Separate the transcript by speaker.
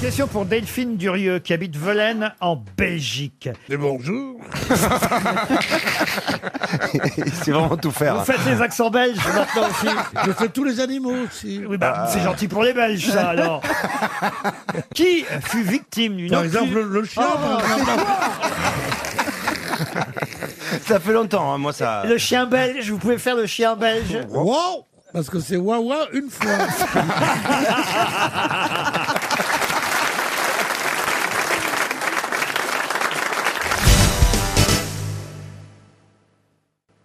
Speaker 1: question pour Delphine Durieux qui habite Velaine en Belgique.
Speaker 2: Et bonjour.
Speaker 3: C'est vraiment tout faire.
Speaker 1: Vous
Speaker 2: Ah.
Speaker 1: faites les accents belges maintenant aussi.
Speaker 2: Je fais tous les animaux aussi.
Speaker 1: Oui, bah, c'est gentil pour les Belges, ça, alors. qui fut victime d'une
Speaker 2: Par
Speaker 1: occu-
Speaker 2: exemple, le chien.
Speaker 3: Ça fait longtemps, hein, moi ça.
Speaker 1: Le chien belge, vous pouvez faire le chien
Speaker 2: Oh,
Speaker 1: belge
Speaker 2: Wow Parce que c'est Wawa une fois.